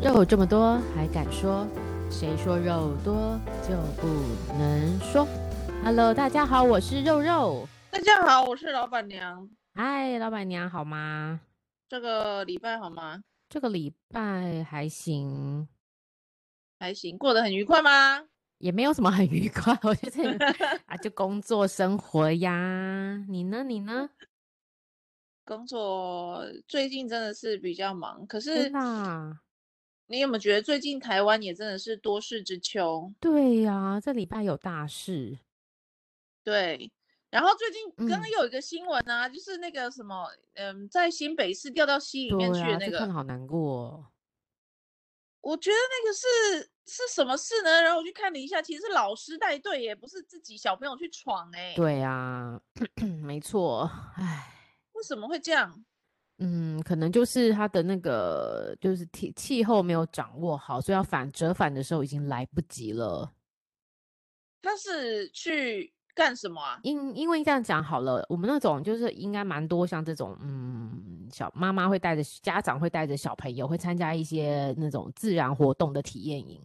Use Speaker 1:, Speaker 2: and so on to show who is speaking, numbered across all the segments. Speaker 1: 肉这么多还敢说？谁说肉多就不能说？Hello，大家好，我是肉肉。
Speaker 2: 大家好，我是老板娘。
Speaker 1: 嗨，老板娘好吗？
Speaker 2: 这个礼拜好吗？
Speaker 1: 这个礼拜还行，
Speaker 2: 还行，过得很愉快吗？
Speaker 1: 也没有什么很愉快，我觉得 啊，就工作生活呀。你呢？你呢？
Speaker 2: 工作最近真的是比较忙，可是
Speaker 1: 真的啊？
Speaker 2: 你有没有觉得最近台湾也真的是多事之秋？
Speaker 1: 对呀、这礼拜有大事。
Speaker 2: 对。然后最近刚
Speaker 1: 嗯
Speaker 2: 刚有一个新闻啊，就是那个什么，嗯，在新北市掉到溪里面
Speaker 1: 对
Speaker 2: 去的
Speaker 1: 啊，
Speaker 2: 那
Speaker 1: 这
Speaker 2: 个，
Speaker 1: 看了好难过、哦。
Speaker 2: 我觉得那个是是什么事呢？然后我去看了一下，其实是老师带队耶，不是自己小朋友去闯哎，
Speaker 1: 对啊， 没错。唉，
Speaker 2: 为什么会这样？
Speaker 1: 嗯，可能就是它的那个就是气气候没有掌握好，所以要反折返的时候已经来不及了。
Speaker 2: 他是去干什么啊？
Speaker 1: 因因为这样讲好了，我们那种就是应该蛮多像这种，嗯，小妈妈会带着家长会带着小朋友会参加一些那种自然活动的体验营。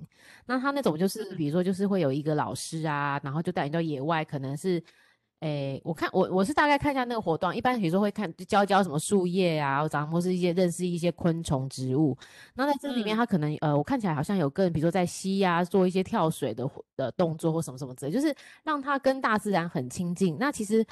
Speaker 1: 那他那种就是，
Speaker 2: 嗯
Speaker 1: 比如说就是会有一个老师啊，然后就带你到野外，可能是，诶，我看我我是大概看一下那个活动，一般比如说会看就教教什么树叶啊，然后或是一些认识一些昆虫植物。那在这里面，
Speaker 2: 嗯
Speaker 1: 他可能呃，我看起来好像有更，比如说在溪呀、做一些跳水的活的动作或什么什么之类，就是让他跟大自然很亲近。那其实，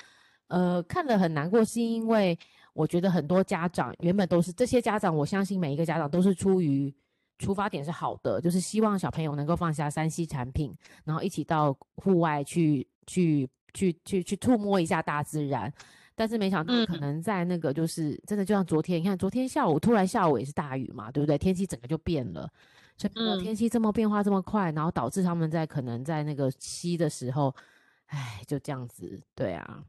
Speaker 1: 呃，看了很难过，是因为我觉得很多家长原本都是这些家长，我相信每一个家长都是出于出发点是好的，就是希望小朋友能够放下三 C 产品，然后一起到户外去去去去去触摸一下大自然。但是没想到，可
Speaker 2: 嗯
Speaker 1: 能在那个就是真的，就像昨天，你看昨天下午突然下午也是大雨嘛，对不对？天气整个就变了，所以没想到
Speaker 2: 嗯
Speaker 1: 天气这么变化这么快，然后导致他们在可能在那个吸的时候，唉，就这样子，对啊，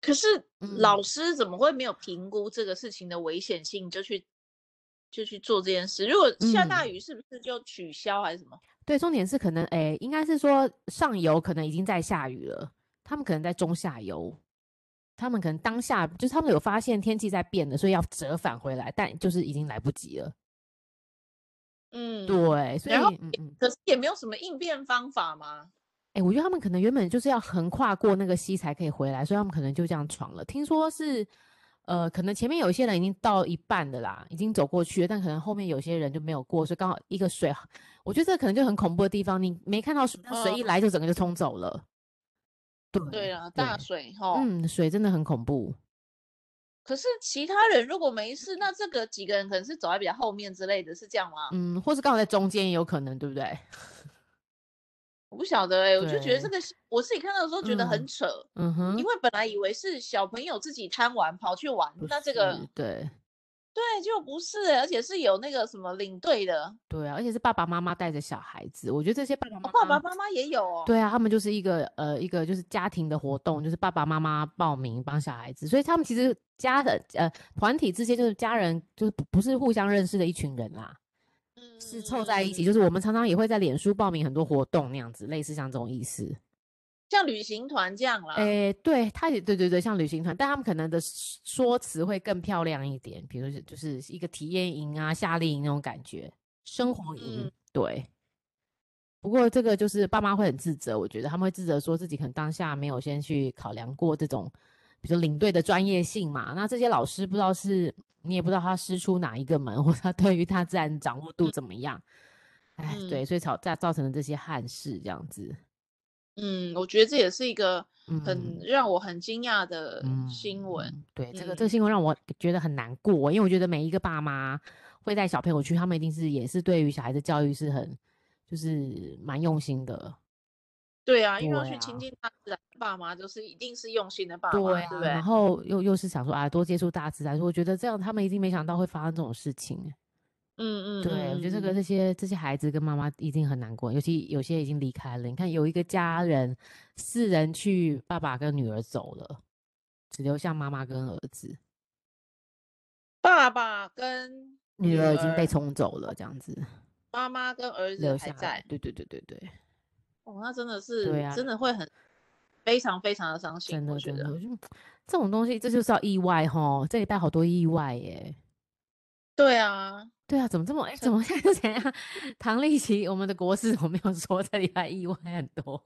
Speaker 2: 可是老
Speaker 1: 嗯，
Speaker 2: 师怎么会没有评估这个事情的危险性就去就去做这件事？如果下大
Speaker 1: 嗯。
Speaker 2: 雨，是不是就取消还是什么？
Speaker 1: 对，重点是可能，诶，应该是说上游可能已经在下雨了，他们可能在中下游，他们可能当下就是他们有发现天气在变了，所以要折返回来，但就是已经来不及了。
Speaker 2: 嗯，
Speaker 1: 对，所
Speaker 2: 然后
Speaker 1: 以，嗯嗯，
Speaker 2: 可是也没有什么应变方法嘛。
Speaker 1: 诶，我觉得他们可能原本就是要横跨过那个溪才可以回来，所以他们可能就这样闯了。听说是，呃，可能前面有一些人已经到一半的啦，已经走过去了，但可能后面有些人就没有过，所以刚好一个水，我觉得这可能就很恐怖的地方，你没看到水，但水
Speaker 2: 嗯，
Speaker 1: 一来就整个就冲走了。对
Speaker 2: 对啊，大
Speaker 1: 对，
Speaker 2: 水吼。
Speaker 1: 嗯，水真的很恐怖。
Speaker 2: 可是其他人如果没事，那这个几个人可能是走在比较后面之类的，是这样吗？
Speaker 1: 嗯，或是刚好在中间也有可能，对不对？
Speaker 2: 我不晓得哎、我就觉得这
Speaker 1: 对，
Speaker 2: 个是我自己看到的时候觉得很
Speaker 1: 嗯
Speaker 2: 扯，
Speaker 1: 嗯哼，
Speaker 2: 因为本来以为是小朋友自己贪玩跑去玩，
Speaker 1: 不
Speaker 2: 那这个
Speaker 1: 是，对
Speaker 2: 对就不是欸、而且是有那个什么领队的，
Speaker 1: 对啊，而且是爸爸妈妈带着小孩子，我觉得这些爸爸妈
Speaker 2: 哦，爸爸
Speaker 1: 妈，
Speaker 2: 妈妈也有哦，
Speaker 1: 对啊，他们就是一个呃一个就是家庭的活动，就是爸爸妈妈报名帮小孩子，所以他们其实家人呃团体之间就是家人就是不不是互相认识的一群人啦，
Speaker 2: 嗯
Speaker 1: 是凑在一
Speaker 2: 嗯嗯
Speaker 1: 起，
Speaker 2: 嗯，
Speaker 1: 就是我们常常也会在脸书报名很多活动那样子，类似像这种意思。
Speaker 2: 像旅行团这样啦，
Speaker 1: 诶，对，他也对对对，像旅行团，但他们可能的说说辞会更漂亮一点，比如是就是一个体验营啊、夏令营那种感觉，生活营，
Speaker 2: 嗯，
Speaker 1: 对。不过这个就是爸妈会很自责，我觉得他们会自责说自己可能当下没有先去考量过这种，比如领队的专业性嘛。那这些老师不知道是你也不知道他师出哪一个门，或者他对于他自然掌握度
Speaker 2: 嗯
Speaker 1: 怎么样。哎，
Speaker 2: 嗯
Speaker 1: 对，所以造造造成了这些憾事这样子。
Speaker 2: 嗯，我觉得这也是一个很
Speaker 1: 嗯。
Speaker 2: 让我很惊讶的新闻，
Speaker 1: 嗯，对，这个这个
Speaker 2: 嗯
Speaker 1: 新闻让我觉得很难过，因为我觉得每一个爸妈会带小朋友去，他们一定是也是对于小孩子教育是很就是蛮用心的。
Speaker 2: 对啊，因为要
Speaker 1: 对
Speaker 2: 去亲
Speaker 1: 啊，
Speaker 2: 近大自然，爸妈就是一定是用心的爸
Speaker 1: 对
Speaker 2: 妈，对不
Speaker 1: 啊，然
Speaker 2: 对？
Speaker 1: 后又又是想说啊，多接触大自然，我觉得这样他们一定没想到会发生这种事情。
Speaker 2: 嗯嗯
Speaker 1: 对，我觉得这
Speaker 2: 嗯
Speaker 1: 个
Speaker 2: 嗯
Speaker 1: 这些这些孩子跟妈妈一定很难过，尤其有些已经离开了。你看，有一个家人四人去，爸爸跟女儿走了，只留下妈妈跟儿子，
Speaker 2: 爸爸跟
Speaker 1: 女
Speaker 2: 女
Speaker 1: 儿已经被
Speaker 2: 儿、
Speaker 1: 冲走了，这样子。
Speaker 2: 妈妈跟儿子
Speaker 1: 留
Speaker 2: 还
Speaker 1: 下来。
Speaker 2: 在，
Speaker 1: 对对对对对，
Speaker 2: 哦，那真的
Speaker 1: 对
Speaker 2: 是
Speaker 1: 啊，
Speaker 2: 真的会很非常非常的伤心，
Speaker 1: 真
Speaker 2: 我
Speaker 1: 的
Speaker 2: 觉
Speaker 1: 真的，
Speaker 2: 得。
Speaker 1: 我就这种东西，这就是要意外吼，这一代好多意外耶。
Speaker 2: 对啊，
Speaker 1: 对啊，怎么这么哎？怎么现在是怎样？唐立奇，我们的国师，我没有说这里还意外很 多，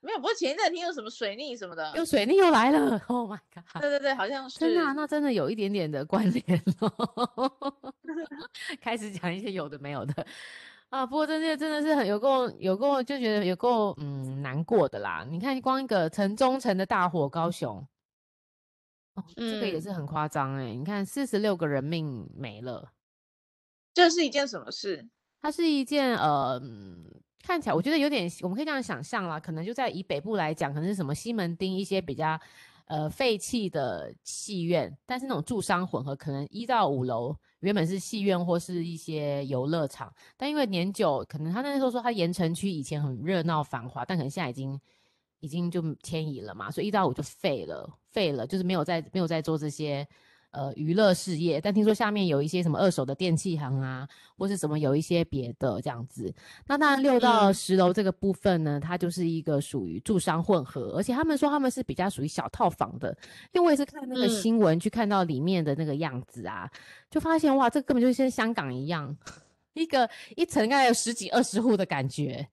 Speaker 2: 没有。不过前一阵听有什么水逆什么的，
Speaker 1: 又水逆又来了，Oh my god！
Speaker 2: 对对对，好像是。
Speaker 1: 真的、啊，那真的有一点点的关联咯。 开始讲一些有的没有的啊，不过真的真的是很有够有够，就觉得有够嗯难过的啦。你看，光一个城中城的大火，高雄，哦，这个也是很夸张哎。你看，四十六个人命没了，
Speaker 2: 这是一件什么事？
Speaker 1: 它是一件呃。嗯看起来我觉得有点，我们可以这样想象啦，可能就在以北部来讲，可能是什么西门町一些比较，呃，废弃的戏院，但是那种住商混合，可能一到五楼原本是戏院或是一些游乐场，但因为年久，可能他那时候说他盐城区以前很热闹繁华，但可能现在已经已经就迁移了嘛，所以一到五就废了，废了，就是没有在没有在做这些。呃，娱乐事业，但听说下面有一些什么二手的电器行啊，或是什么有一些别的这样子。那当然，六到十楼这个部分呢，它就是一个属于住商混合，而且他们说他们是比较属于小套房的，因为我也是看那个
Speaker 2: 嗯
Speaker 1: 新闻去看到里面的那个样子啊，就发现哇，这根本就是跟香港一样，一个一层大概有十几二十户的感觉，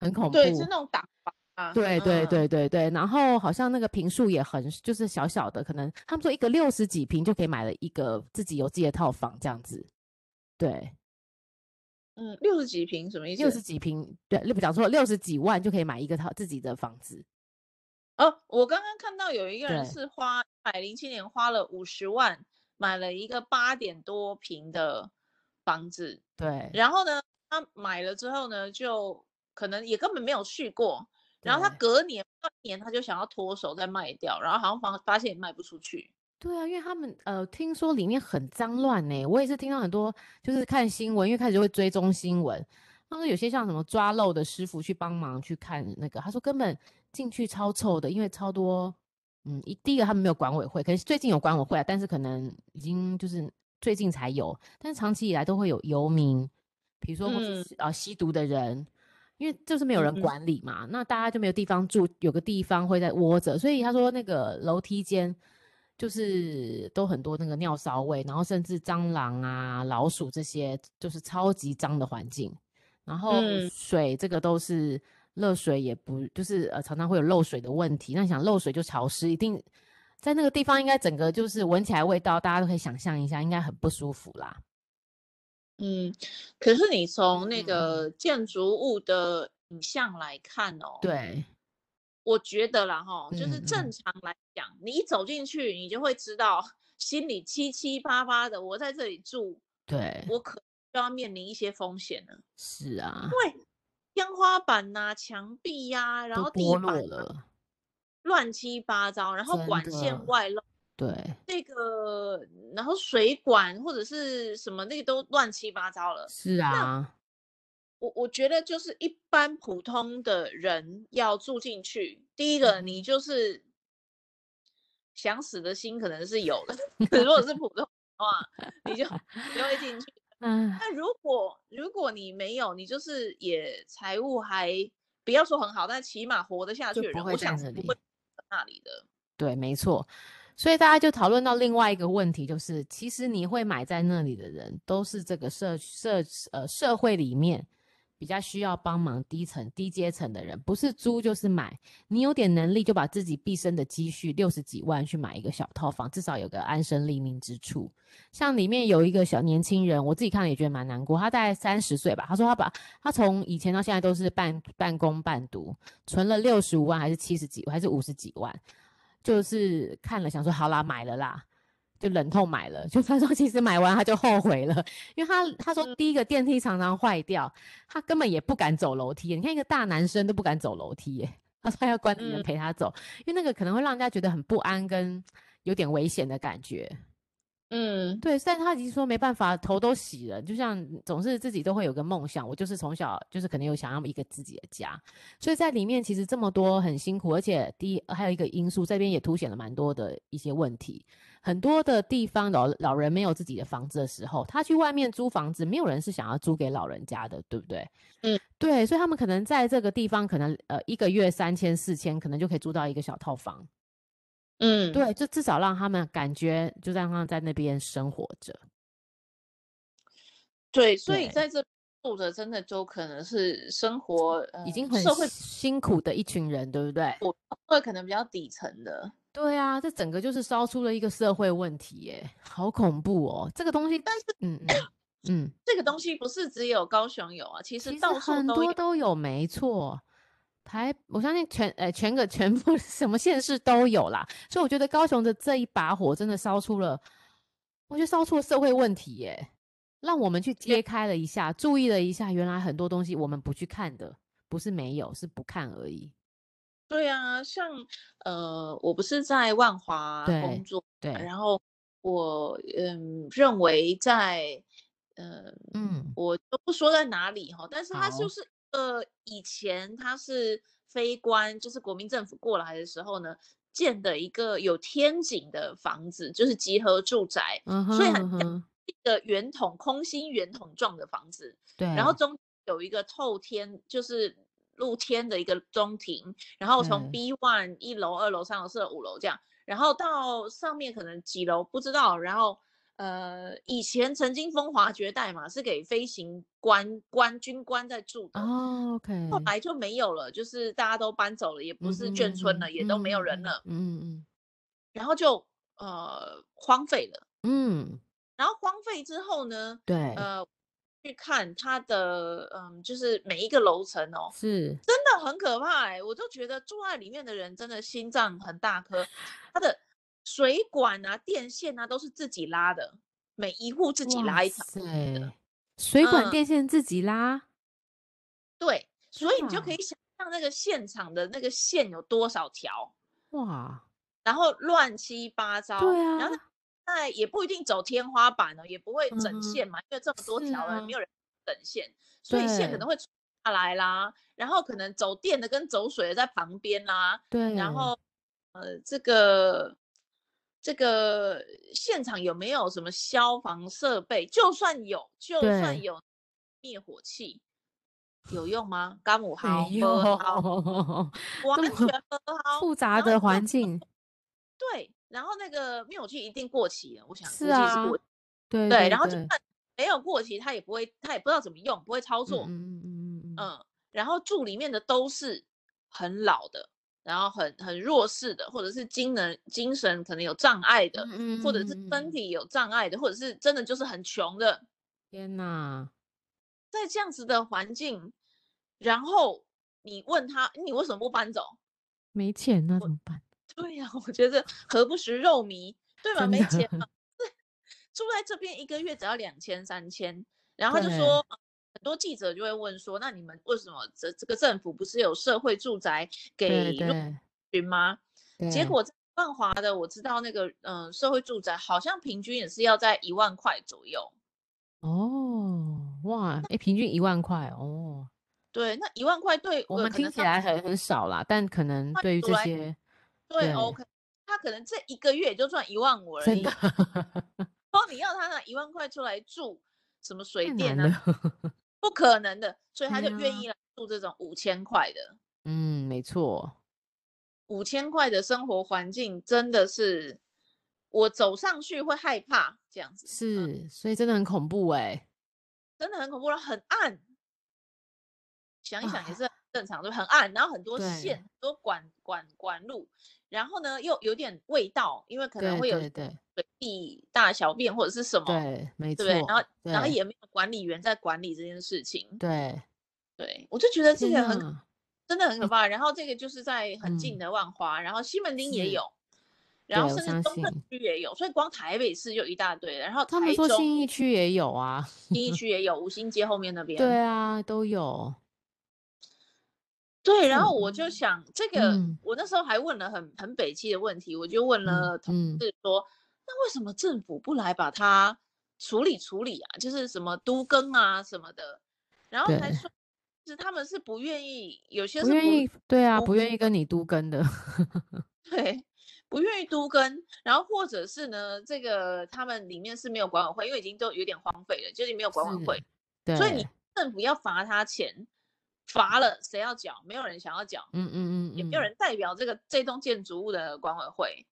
Speaker 1: 很恐怖。
Speaker 2: 对，是那种打房啊。
Speaker 1: 对对
Speaker 2: 嗯，
Speaker 1: 对对对，然后好像那个平数也很，就是小小的，可能他们说一个六十几平就可以买了一个自己有自己的套房这样子。对，
Speaker 2: 嗯，六十几平什么意思？
Speaker 1: 六十几平，对，不讲错，六十几万就可以买一个套自己的房子。
Speaker 2: 哦，我刚刚看到有一个人
Speaker 1: 对
Speaker 2: 是花百零七年花了五十万买了一个八点多平的房子，
Speaker 1: 对，
Speaker 2: 然后呢，他买了之后呢，就可能也根本没有去过，然后他
Speaker 1: 对
Speaker 2: 隔年半年他就想要脱手再卖掉，然后好像发发现也卖不出去。
Speaker 1: 对啊，因为他们呃，听说里面很脏乱呢、我也是听到很多，就是看新闻，因为开始就会追踪新闻。他说有些像什么抓漏的师傅去帮忙去看那个，他说根本进去超臭的，因为超多，嗯，一第一个他们没有管委会，可能最近有管委会啊，但是可能已经就是最近才有，但是长期以来都会有游民，比如说或是
Speaker 2: 嗯
Speaker 1: 吸、呃吸毒的人，因为就是没有人
Speaker 2: 嗯嗯
Speaker 1: 管理嘛，那大家就没有地方住，有个地方会在窝着，所以他说那个楼梯间就是都很多那个尿骚味，然后甚至蟑螂啊、老鼠这些，就是超级脏的环境。然后
Speaker 2: 嗯
Speaker 1: 水这个都是热水，也不就是呃常常会有漏水的问题。那你想漏水就潮湿，一定在那个地方应该整个就是闻起来味道，大家都可以想象一下，应该很不舒服啦。
Speaker 2: 嗯，可是你从那
Speaker 1: 嗯嗯
Speaker 2: 个建筑物的影像来看哦，
Speaker 1: 对，
Speaker 2: 我觉得啦哈，就是
Speaker 1: 嗯
Speaker 2: 正
Speaker 1: 嗯
Speaker 2: 常来讲，你一走进去，你就会知道心里七七八八的，我在这里住，
Speaker 1: 对，
Speaker 2: 我可就要面临一些风险了。
Speaker 1: 是啊，
Speaker 2: 天花板呐、墙壁呀、然
Speaker 1: 都
Speaker 2: 后地
Speaker 1: 剥落
Speaker 2: 板啊、
Speaker 1: 了，
Speaker 2: 乱七八糟，然后
Speaker 1: 真
Speaker 2: 管
Speaker 1: 的
Speaker 2: 线外露，
Speaker 1: 对，
Speaker 2: 那个然后水管或者是什么那个都乱七八糟了。
Speaker 1: 是啊，
Speaker 2: 我我觉得就是一般普通的人要住进去，
Speaker 1: 嗯
Speaker 2: 第一个你就是想死的心可能是有的， 如 果是普通的话，你就你就会进去。
Speaker 1: 嗯，
Speaker 2: 那如果如果你没有，你就是也财务还不要说很好，但起码活得下去
Speaker 1: 就
Speaker 2: 的
Speaker 1: 不
Speaker 2: 人，
Speaker 1: 会
Speaker 2: 我
Speaker 1: 在
Speaker 2: 想
Speaker 1: 这
Speaker 2: 是不
Speaker 1: 里
Speaker 2: 会在那里的。
Speaker 1: 对，没错。所以大家就讨论到另外一个问题，就是其实你会买在那里的人，都是这个社社呃社会里面比较需要帮忙低层低阶层的人，不是租就是买。你有点能力，就把自己毕生的积蓄六十几万去买一个小套房，至少有个安身立命之处。像里面有一个小年轻人，我自己看了也觉得蛮难过，他大概三十岁吧，他说他把他从以前到现在都是半半工半读，存了六十五万还是七十几还是五十几万。就是看了想说好啦，买了啦，就忍痛买了。就他说其实买完他就后悔了，因为他他说第一个电梯常常坏掉，他根本也不敢走楼梯耶。你看一个大男生都不敢走楼梯耶，他说他要管理人
Speaker 2: 嗯
Speaker 1: 陪他走，因为那个可能会让人家觉得很不安跟有点危险的感觉。
Speaker 2: 嗯
Speaker 1: 对，但他已经说没办法，头都洗了。就像总是自己都会有个梦想，我就是从小就是可能有想要一个自己的家，所以在里面其实这么多很辛苦，而且第一还有一个因素，这边也凸显了蛮多的一些问题。很多的地方老老人没有自己的房子的时候，他去外面租房子，没有人是想要租给老人家的，对不对？
Speaker 2: 嗯，
Speaker 1: 对，所以他们可能在这个地方，可能呃一个月三千四千，可能就可以租到一个小套房。
Speaker 2: 嗯，
Speaker 1: 对，就至少让他们感觉，就让他们在那边生活着。
Speaker 2: 对，所以
Speaker 1: 对
Speaker 2: 在这住着真的就可能是生活、呃、
Speaker 1: 已经很
Speaker 2: 社会
Speaker 1: 辛苦的一群人，对不对？
Speaker 2: 会可能比较底层的，
Speaker 1: 对啊，这整个就是烧出了一个社会问题耶，好恐怖哦！这个东西，但是，嗯嗯嗯，
Speaker 2: 这个东西不是只有高雄有啊，其实
Speaker 1: 其实
Speaker 2: 到处
Speaker 1: 很
Speaker 2: 都有
Speaker 1: 多。都有，没错。台，我相信全呃全个全部 什么县市都有啦，所以我觉得高雄的这一把火真的烧出了，我觉得烧出了社会问题耶，让我们去揭开了一下，注意了一下，原来很多东西我们不去看的，不是没有，是不看而已。
Speaker 2: 对啊，像呃，我不是在万华
Speaker 1: 对
Speaker 2: 工作，
Speaker 1: 对，
Speaker 2: 然后我嗯认为在嗯，
Speaker 1: 嗯，
Speaker 2: 我都不说在哪里哈，但是它
Speaker 1: 好
Speaker 2: 就是呃以前它是非官，就是国民政府过来的时候呢。建的一个有天井的房子，就是集合住宅，
Speaker 1: 嗯
Speaker 2: 所以
Speaker 1: 哼嗯
Speaker 2: 很
Speaker 1: 哼，
Speaker 2: 一个圆筒空心圆筒状的房子，
Speaker 1: 对，
Speaker 2: 然后中有一个透天，就是露天的一个中庭，然
Speaker 1: 嗯
Speaker 2: 后从 B one 一楼、二楼、三楼、四楼、五楼这样，然后到上面可能几楼不知道，然后呃，以前曾经风华绝代嘛，是给飞行官官军官在住的。
Speaker 1: 哦，OK，
Speaker 2: 后来就没有了，就是大家都搬走了，也不
Speaker 1: 嗯
Speaker 2: 是
Speaker 1: 哼
Speaker 2: 眷村
Speaker 1: 嗯
Speaker 2: 了，
Speaker 1: 哼
Speaker 2: 也都没有
Speaker 1: 嗯
Speaker 2: 人
Speaker 1: 嗯
Speaker 2: 了，
Speaker 1: 嗯
Speaker 2: 然后就呃荒废了。
Speaker 1: 嗯嗯，
Speaker 2: 然后荒废之后呢，
Speaker 1: 对，
Speaker 2: 呃，去看它的，嗯，就是每一个楼层哦，
Speaker 1: 是
Speaker 2: 真的很可怕哎、我就觉得住在里面的人真的心脏很大颗，它的水管啊、电线啊都是自己拉的，每一户自己
Speaker 1: 哇
Speaker 2: 拉一条，
Speaker 1: 塞，水管
Speaker 2: 嗯
Speaker 1: 电线自己拉，
Speaker 2: 对，所
Speaker 1: 真
Speaker 2: 以你
Speaker 1: 的啊
Speaker 2: 就可以想象那个现场的那个线有多少条，
Speaker 1: 哇，
Speaker 2: 然后乱七八糟，
Speaker 1: 对
Speaker 2: 然后
Speaker 1: 啊
Speaker 2: 那也不一定走天花板哦，也不会
Speaker 1: 嗯
Speaker 2: 整
Speaker 1: 哼
Speaker 2: 线嘛，因为这么多
Speaker 1: 是
Speaker 2: 条了，
Speaker 1: 啊
Speaker 2: 没有人整线，所以线可能会垂下来啦，然后可能走电的跟走水的在旁边啦，
Speaker 1: 对，
Speaker 2: 然后呃，这个这个现场有没有什么消防设备？就算有，就
Speaker 1: 对
Speaker 2: 算有灭火器，有用吗？干姆好，
Speaker 1: 没
Speaker 2: 不
Speaker 1: 有
Speaker 2: 好，
Speaker 1: 这
Speaker 2: 完
Speaker 1: 么
Speaker 2: 全不好，
Speaker 1: 复杂
Speaker 2: 然后
Speaker 1: 的
Speaker 2: 就
Speaker 1: 环 境，
Speaker 2: 对，然后那个灭火器一定过期了，我想
Speaker 1: 是
Speaker 2: 估计是
Speaker 1: 啊
Speaker 2: 过期
Speaker 1: 对
Speaker 2: 对，然后就
Speaker 1: 对
Speaker 2: 算没有过期，他也不会，他也不知道怎么用，不会操作，嗯
Speaker 1: 嗯嗯嗯嗯嗯，
Speaker 2: 然后住里面的都是很老的，然后很很弱势的，或者是精能精神可能有障碍的，
Speaker 1: 嗯
Speaker 2: 或者是
Speaker 1: 嗯嗯
Speaker 2: 身
Speaker 1: 嗯
Speaker 2: 体有障碍的，或者是真的就是很穷的，
Speaker 1: 天哪，
Speaker 2: 在这样子的环境，然后你问他，你为什么不搬走？
Speaker 1: 没钱那怎么办？
Speaker 2: 对呀、我觉得何不食肉糜，对吧？
Speaker 1: 真
Speaker 2: 没
Speaker 1: 的
Speaker 2: 钱嘛， 住在这边一个月只要两千三千，然后他就
Speaker 1: 对
Speaker 2: 说，呃很多记者就会问说，那你们为什么这这个政府不是有社会住宅
Speaker 1: 对
Speaker 2: 给弱
Speaker 1: 对
Speaker 2: 群吗？
Speaker 1: 对，
Speaker 2: 结果在万华的我知道那个嗯、呃社会住宅好像平均也是要在一万块左右，
Speaker 1: 哦，哇，哎，平均一万块哦，
Speaker 2: 对，那一万块对
Speaker 1: 我
Speaker 2: 呃
Speaker 1: 们
Speaker 2: 可
Speaker 1: 听
Speaker 2: 能
Speaker 1: 起
Speaker 2: 他
Speaker 1: 来很很少啦，但可能
Speaker 2: 换
Speaker 1: 对于
Speaker 2: 出
Speaker 1: 这
Speaker 2: 来
Speaker 1: 些，
Speaker 2: 对
Speaker 1: 对
Speaker 2: OK，他可能这一个月也就赚一万五而
Speaker 1: 真
Speaker 2: 已，
Speaker 1: 的
Speaker 2: 然后你要他拿一万块出来住什么水
Speaker 1: 太
Speaker 2: 电
Speaker 1: 难
Speaker 2: 啊
Speaker 1: 了，
Speaker 2: 不可能的，所以他
Speaker 1: 对
Speaker 2: 就
Speaker 1: 啊
Speaker 2: 愿意来住这种五千块的，
Speaker 1: 嗯，没错。
Speaker 2: 五千块的生活环境真的是我走上去会害怕这样子，嗯
Speaker 1: 是，所以真的很恐怖哎、
Speaker 2: 真的很恐怖了，很暗，想一想也
Speaker 1: 啊
Speaker 2: 是很正常，就很暗，然后很多
Speaker 1: 对
Speaker 2: 线、很多管管管路，然后呢又有点味道，因为可能
Speaker 1: 对
Speaker 2: 会有
Speaker 1: 对对
Speaker 2: 水地大小便或者是什么，
Speaker 1: 对，没错
Speaker 2: 对不对？然后然后
Speaker 1: 对
Speaker 2: 也没有管理员在管理这件事情，
Speaker 1: 对，
Speaker 2: 对我就觉得这
Speaker 1: 天
Speaker 2: 个很
Speaker 1: 呐
Speaker 2: 真的很可怕。然后这个就是在很近
Speaker 1: 嗯
Speaker 2: 的万华，然后西门町也
Speaker 1: 是
Speaker 2: 有，然后
Speaker 1: 对我
Speaker 2: 甚至
Speaker 1: 相
Speaker 2: 东
Speaker 1: 信
Speaker 2: 正区也有，所以光台北市就一大堆了。然后
Speaker 1: 他们
Speaker 2: 台
Speaker 1: 说
Speaker 2: 中
Speaker 1: 信义区也有啊，
Speaker 2: 新一区也有，五星街后面那边。
Speaker 1: 对啊，都有，
Speaker 2: 对
Speaker 1: 是
Speaker 2: 然后我就想这个，
Speaker 1: 嗯
Speaker 2: 我那时候还问了很很北气的问题，我就问了同
Speaker 1: 嗯，
Speaker 2: 事说，那为什么政府不来把它处理处理啊？就是什么都更啊什么的，然后才
Speaker 1: 对
Speaker 2: 说。是他们是不愿意，有些
Speaker 1: 不
Speaker 2: 是不
Speaker 1: 愿意，对啊，
Speaker 2: 不
Speaker 1: 不愿意跟你都跟的，
Speaker 2: 对，不愿意都跟，然后或者是呢，这个他们里面是没有管委会，因为已经都有点荒废了，就是没有管委会，
Speaker 1: 对，
Speaker 2: 所以你政府要罚他钱，罚了谁要缴？没有人想要缴，
Speaker 1: 嗯嗯嗯，
Speaker 2: 也没
Speaker 1: 嗯
Speaker 2: 有人代表这个这栋建筑物的管委会，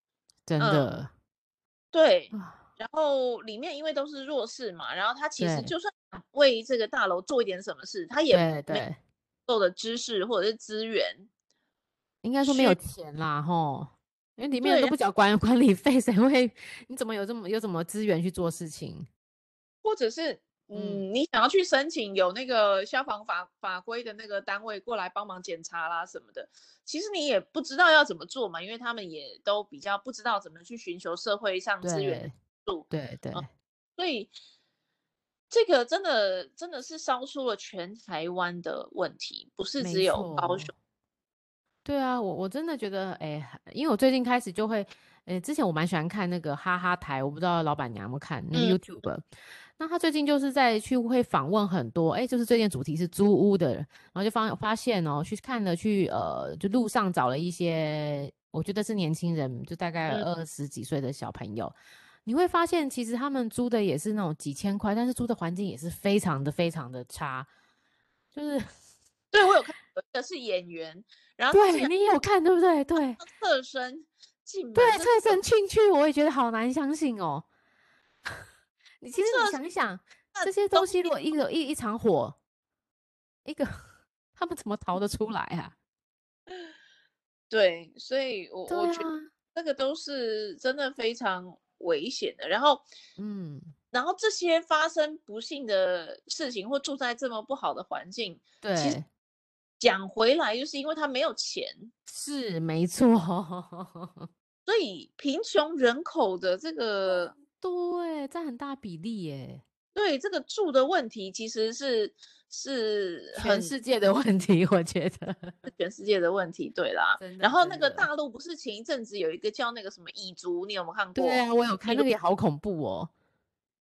Speaker 1: 真
Speaker 2: 嗯
Speaker 1: 的，
Speaker 2: 对，
Speaker 1: 啊
Speaker 2: 然后里面因为都是弱势嘛，然后他其实
Speaker 1: 对
Speaker 2: 就算想为这个大楼做一点什么事，他也
Speaker 1: 对
Speaker 2: 没有
Speaker 1: 对，
Speaker 2: 够的知识或者是资源，
Speaker 1: 应该说没有
Speaker 2: 是
Speaker 1: 钱啦，吼，因为里面人
Speaker 2: 对
Speaker 1: 都
Speaker 2: 然
Speaker 1: 不缴管 管理费，谁会？你怎么有这么有什么资源去做事情？
Speaker 2: 或者是
Speaker 1: 嗯
Speaker 2: 嗯你想要去申请有那个消防法法规的那个单位过来帮忙检查啦什么的，其实你也不知道要怎么做嘛，因为他们也都比较不知道怎么去寻求社会上资源的
Speaker 1: 对
Speaker 2: 助，
Speaker 1: 对对，
Speaker 2: 所以这个真的真的是烧出了全台湾的问题，不是
Speaker 1: 没
Speaker 2: 只有高
Speaker 1: 错
Speaker 2: 雄。
Speaker 1: 对啊，我我真的觉得，哎、因为我最近开始就会，哎、之前我蛮喜欢看那个哈哈台，我不知道老板娘有没有看那个
Speaker 2: 嗯
Speaker 1: YouTube，、那他最近就是在去会访问很多，哎、就是最近主题是租屋的，然后就发发现哦，去看了去呃，就路上找了一些，我觉得是年轻人，就大概
Speaker 2: 嗯
Speaker 1: 二十几岁的小朋友，你会发现其实他们租的也是那种几千块，但是租的环境也是非常的非常的差，就是
Speaker 2: 对我有看，有一个是演员，然后他竟
Speaker 1: 对
Speaker 2: 然
Speaker 1: 你也有看对不对？对。
Speaker 2: 侧身进门，
Speaker 1: 对，
Speaker 2: 真
Speaker 1: 侧身进去，我也觉得好难相信 哦。你其实你
Speaker 2: 侧
Speaker 1: 想一想，
Speaker 2: 那
Speaker 1: 这些
Speaker 2: 东
Speaker 1: 东西
Speaker 2: 西
Speaker 1: 如果一个一一场火，一个他们怎么逃得出来啊？
Speaker 2: 对，所以我
Speaker 1: 对
Speaker 2: 我
Speaker 1: 啊
Speaker 2: 觉得，这个都是真的非常危险的。然后，
Speaker 1: 嗯，
Speaker 2: 然后这些发生不幸的事情，或住在这么不好的环境，其实
Speaker 1: 对，
Speaker 2: 讲回来，就是因为他没有钱，
Speaker 1: 是没错，
Speaker 2: 所以贫穷人口的这个
Speaker 1: 对，占很大比例耶，
Speaker 2: 对这个住的问题，其实是是很
Speaker 1: 全世界的问题，我觉得
Speaker 2: 全世界的问题。对啦
Speaker 1: 真，的
Speaker 2: 然后
Speaker 1: 真
Speaker 2: 那个
Speaker 1: 的
Speaker 2: 大陆不是前一阵子有一个叫那个什么蚁族，你有没有看 过？
Speaker 1: 对啊，我有看
Speaker 2: 一
Speaker 1: 那
Speaker 2: 个
Speaker 1: 个也好恐怖哦。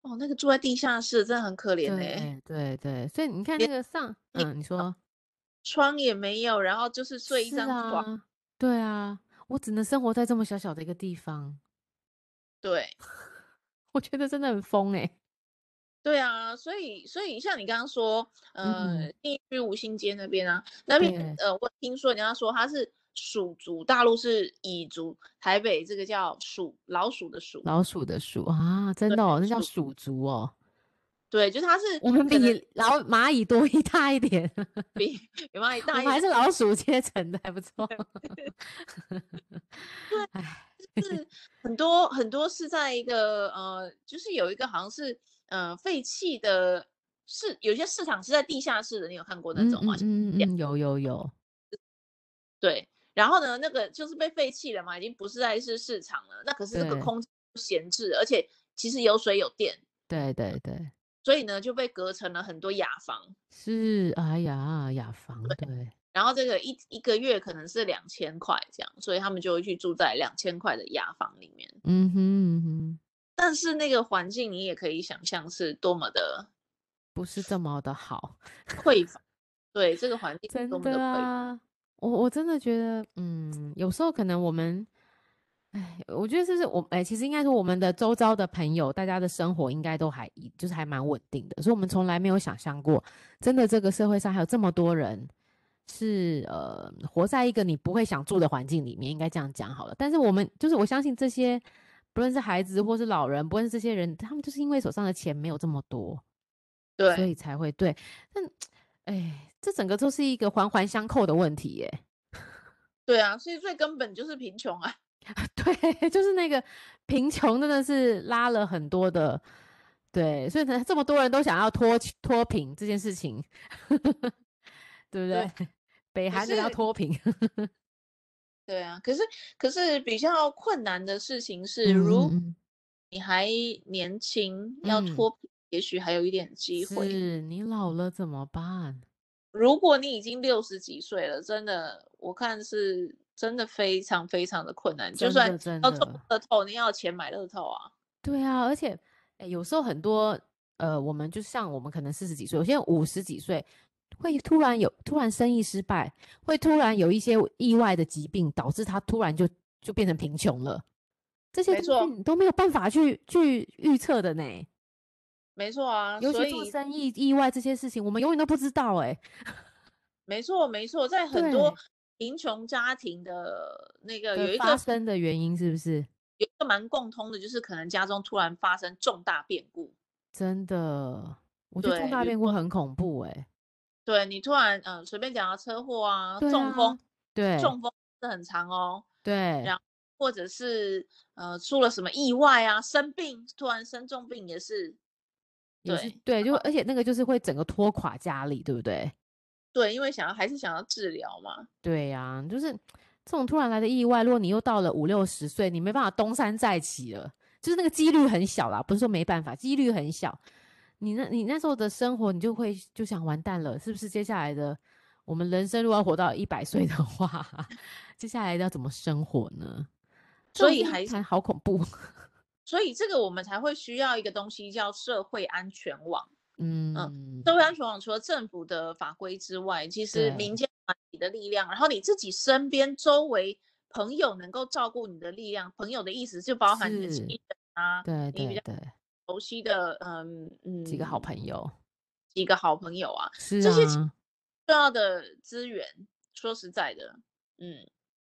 Speaker 2: 哦，那个住在地下室真的很可怜哎、
Speaker 1: 对对对，所以你看那
Speaker 2: 连
Speaker 1: 个上，
Speaker 2: 那
Speaker 1: 嗯，你说。
Speaker 2: 窗也没有，然后就是睡一
Speaker 1: 是
Speaker 2: 张床。
Speaker 1: 啊，对啊，我只能生活在这么小小的一个地方，
Speaker 2: 对
Speaker 1: 我觉得真的很疯哎、
Speaker 2: 对啊，所以所以像你刚刚说，
Speaker 1: 嗯
Speaker 2: 呃，地区无心街那边啊，那边
Speaker 1: 对
Speaker 2: 呃，我听说人家说他是鼠族，大陆是蚁族，台北这个叫鼠，老鼠的鼠。
Speaker 1: 老鼠的鼠啊，真
Speaker 2: 对
Speaker 1: 的哦，那叫
Speaker 2: 鼠
Speaker 1: 鼠族哦，
Speaker 2: 对，就它是
Speaker 1: 我们
Speaker 2: 可能
Speaker 1: 比老蚂蚁多一大一点，
Speaker 2: 比比蚂蚁
Speaker 1: 我
Speaker 2: 大
Speaker 1: 们
Speaker 2: 一
Speaker 1: 还
Speaker 2: 点，
Speaker 1: 是老鼠阶层的，还不错。哎，
Speaker 2: 是很多很多是在一个呃，就是有一个好像是呃废弃的市，有些市场是在地下室的，你有看过那
Speaker 1: 嗯
Speaker 2: 种吗？
Speaker 1: 嗯嗯嗯，有有有，
Speaker 2: 对，然后呢，那个就是被废弃了嘛，已经不是再是市场了。那可是那个
Speaker 1: 对
Speaker 2: 空气就闲置，而且其实有水有电，
Speaker 1: 对对对，
Speaker 2: 所以呢就被隔成了很多雅房。
Speaker 1: 是，哎 呀，雅房，对，
Speaker 2: 然后这个一一个月可能是两千块这样，所以他们就会去住在两千块的雅房里面。
Speaker 1: 嗯哼嗯哼，
Speaker 2: 但是那个环境你也可以想象是多么的
Speaker 1: 不是这么的好。
Speaker 2: 匮乏，对这个环境是
Speaker 1: 真
Speaker 2: 多么的
Speaker 1: 的
Speaker 2: 匮乏。
Speaker 1: 啊，我我真的觉得，嗯，有时候可能我们，哎，我觉得就是我，哎，其实应该说我们的周遭的朋友，大家的生活应该都还一就是还蛮稳定的，所以我们从来没有想象过，真的这个社会上还有这么多人是呃活在一个你不会想住的环境里面，应该这样讲好了。但是我们就是我相信这些，不论是孩子或是老人，不论是这些人，他们就是因为手上的钱没有这么多，所
Speaker 2: 对
Speaker 1: 以才会对。但哎，这整个都是一个环环相扣的问题耶。
Speaker 2: 对啊，所以最根本就是贫穷啊。
Speaker 1: 对，就是那个贫穷真的是拉了很多的，对，所以才这么多人都想要脱去脱贫这件事情，对不
Speaker 2: 对
Speaker 1: 对？ 北
Speaker 2: 可
Speaker 1: 韩人要
Speaker 2: 是
Speaker 1: 脱贫，
Speaker 2: 对啊，可是可是比较困难的事情是，如
Speaker 1: 嗯
Speaker 2: 你还年轻，要
Speaker 1: 嗯
Speaker 2: 脱贫，也许还有一点机会。
Speaker 1: 是你老了怎么办？
Speaker 2: 如果你已经六十几岁了，真的，我看是真的非常非常的困难。就
Speaker 1: 真
Speaker 2: 算
Speaker 1: 的真
Speaker 2: 要中
Speaker 1: 的，
Speaker 2: 乐透，你要有钱买乐透啊。
Speaker 1: 对啊，而且，诶有时候很多呃，我们就像我们可能四十几岁，有些人五十几岁，会突然有突然生意失败，会突然有一些意外的疾病，导致他突然就就变成贫穷了。这些
Speaker 2: 没
Speaker 1: 东西
Speaker 2: 错
Speaker 1: 你都没有办法去去预测的呢，
Speaker 2: 没错啊，
Speaker 1: 尤
Speaker 2: 所
Speaker 1: 其做
Speaker 2: 以
Speaker 1: 生意意外这些事情，我们永远都不知道哎、
Speaker 2: 没错没错，在很
Speaker 1: 对
Speaker 2: 呃多贫穷家庭的那个有
Speaker 1: 的
Speaker 2: 一
Speaker 1: 发
Speaker 2: 个
Speaker 1: 生的原因是不是？
Speaker 2: 有一个蛮共通的，就是可能家中突然发生重大变故，
Speaker 1: 真的，我觉得重
Speaker 2: 对
Speaker 1: 大
Speaker 2: 比
Speaker 1: 变故很恐怖哎、
Speaker 2: 对你突然嗯、呃随便讲个车祸啊，
Speaker 1: 对
Speaker 2: 中风
Speaker 1: 啊，对，
Speaker 2: 中风是很长哦，
Speaker 1: 对，
Speaker 2: 然或者是呃出了什么意外啊，生病突然生重病也是，
Speaker 1: 也是
Speaker 2: 对
Speaker 1: 对，就而且那个就是会整个拖垮家里，对不对？
Speaker 2: 对，因为想要还是想要治疗嘛，
Speaker 1: 对呀、就是这种突然来的意外，如果你又到了五六十岁，你没办法东山再起了，就是那个几率很小啦，不是说没办法，几率很小。你那，你那时候的生活，你就会就想完蛋了，是不是？接下来的我们人生如果要活到一百岁的话， 接下来要怎么生活呢？这
Speaker 2: 所
Speaker 1: 种
Speaker 2: 以
Speaker 1: 事
Speaker 2: 还
Speaker 1: 情好恐怖。
Speaker 2: 所以这个我们才会需要一个东西叫社会安全网。
Speaker 1: 嗯，
Speaker 2: 社会安全网除了政府的法规之外，其实
Speaker 1: 对
Speaker 2: 民间团体的力量，然后你自己身边周围朋友能够照顾你的力量，朋友的意思就包含你的
Speaker 1: 是
Speaker 2: 亲人啊，
Speaker 1: 对
Speaker 2: 比
Speaker 1: 对
Speaker 2: 较
Speaker 1: 对，
Speaker 2: 熟悉的嗯嗯
Speaker 1: 几个好朋友
Speaker 2: 几个好朋友啊，
Speaker 1: 是
Speaker 2: 这些其
Speaker 1: 啊，
Speaker 2: 重要的资源。说实在的，嗯，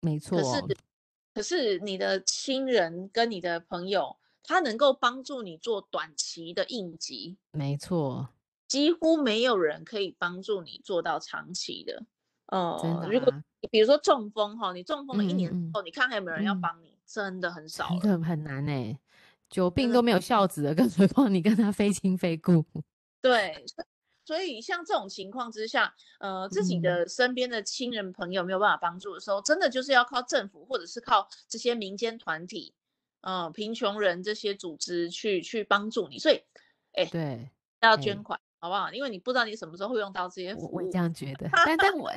Speaker 1: 没
Speaker 2: 可是
Speaker 1: 错，
Speaker 2: 可是你的亲人跟你的朋友，他能够帮助你做短期的应急，
Speaker 1: 没错。
Speaker 2: 几乎没有人可以帮助你做到长期的。呃，
Speaker 1: 真的
Speaker 2: 如果
Speaker 1: 啊
Speaker 2: 比如说中风哈，你中风了一
Speaker 1: 嗯嗯
Speaker 2: 年
Speaker 1: 嗯
Speaker 2: 后，你看还有没有人要
Speaker 1: 嗯
Speaker 2: 帮你，真的很少
Speaker 1: 真
Speaker 2: 了。
Speaker 1: 的很难哎、久病
Speaker 2: 的嗯
Speaker 1: 都没有孝子了，更何况你跟他非亲非故。
Speaker 2: 对，所以所以像这种情况之下，呃，自己
Speaker 1: 嗯
Speaker 2: 的身边的亲人朋友没有办法帮助的时候，真的就是要靠政府或者是靠这些民间团体，呃，贫穷人这些组织去去帮助你。所以
Speaker 1: 对，
Speaker 2: 要
Speaker 1: 哎
Speaker 2: 捐款，好不好？因为你不知道你什么时候会用到这些服
Speaker 1: 我我
Speaker 2: 务
Speaker 1: 也这。样觉 得。但但我，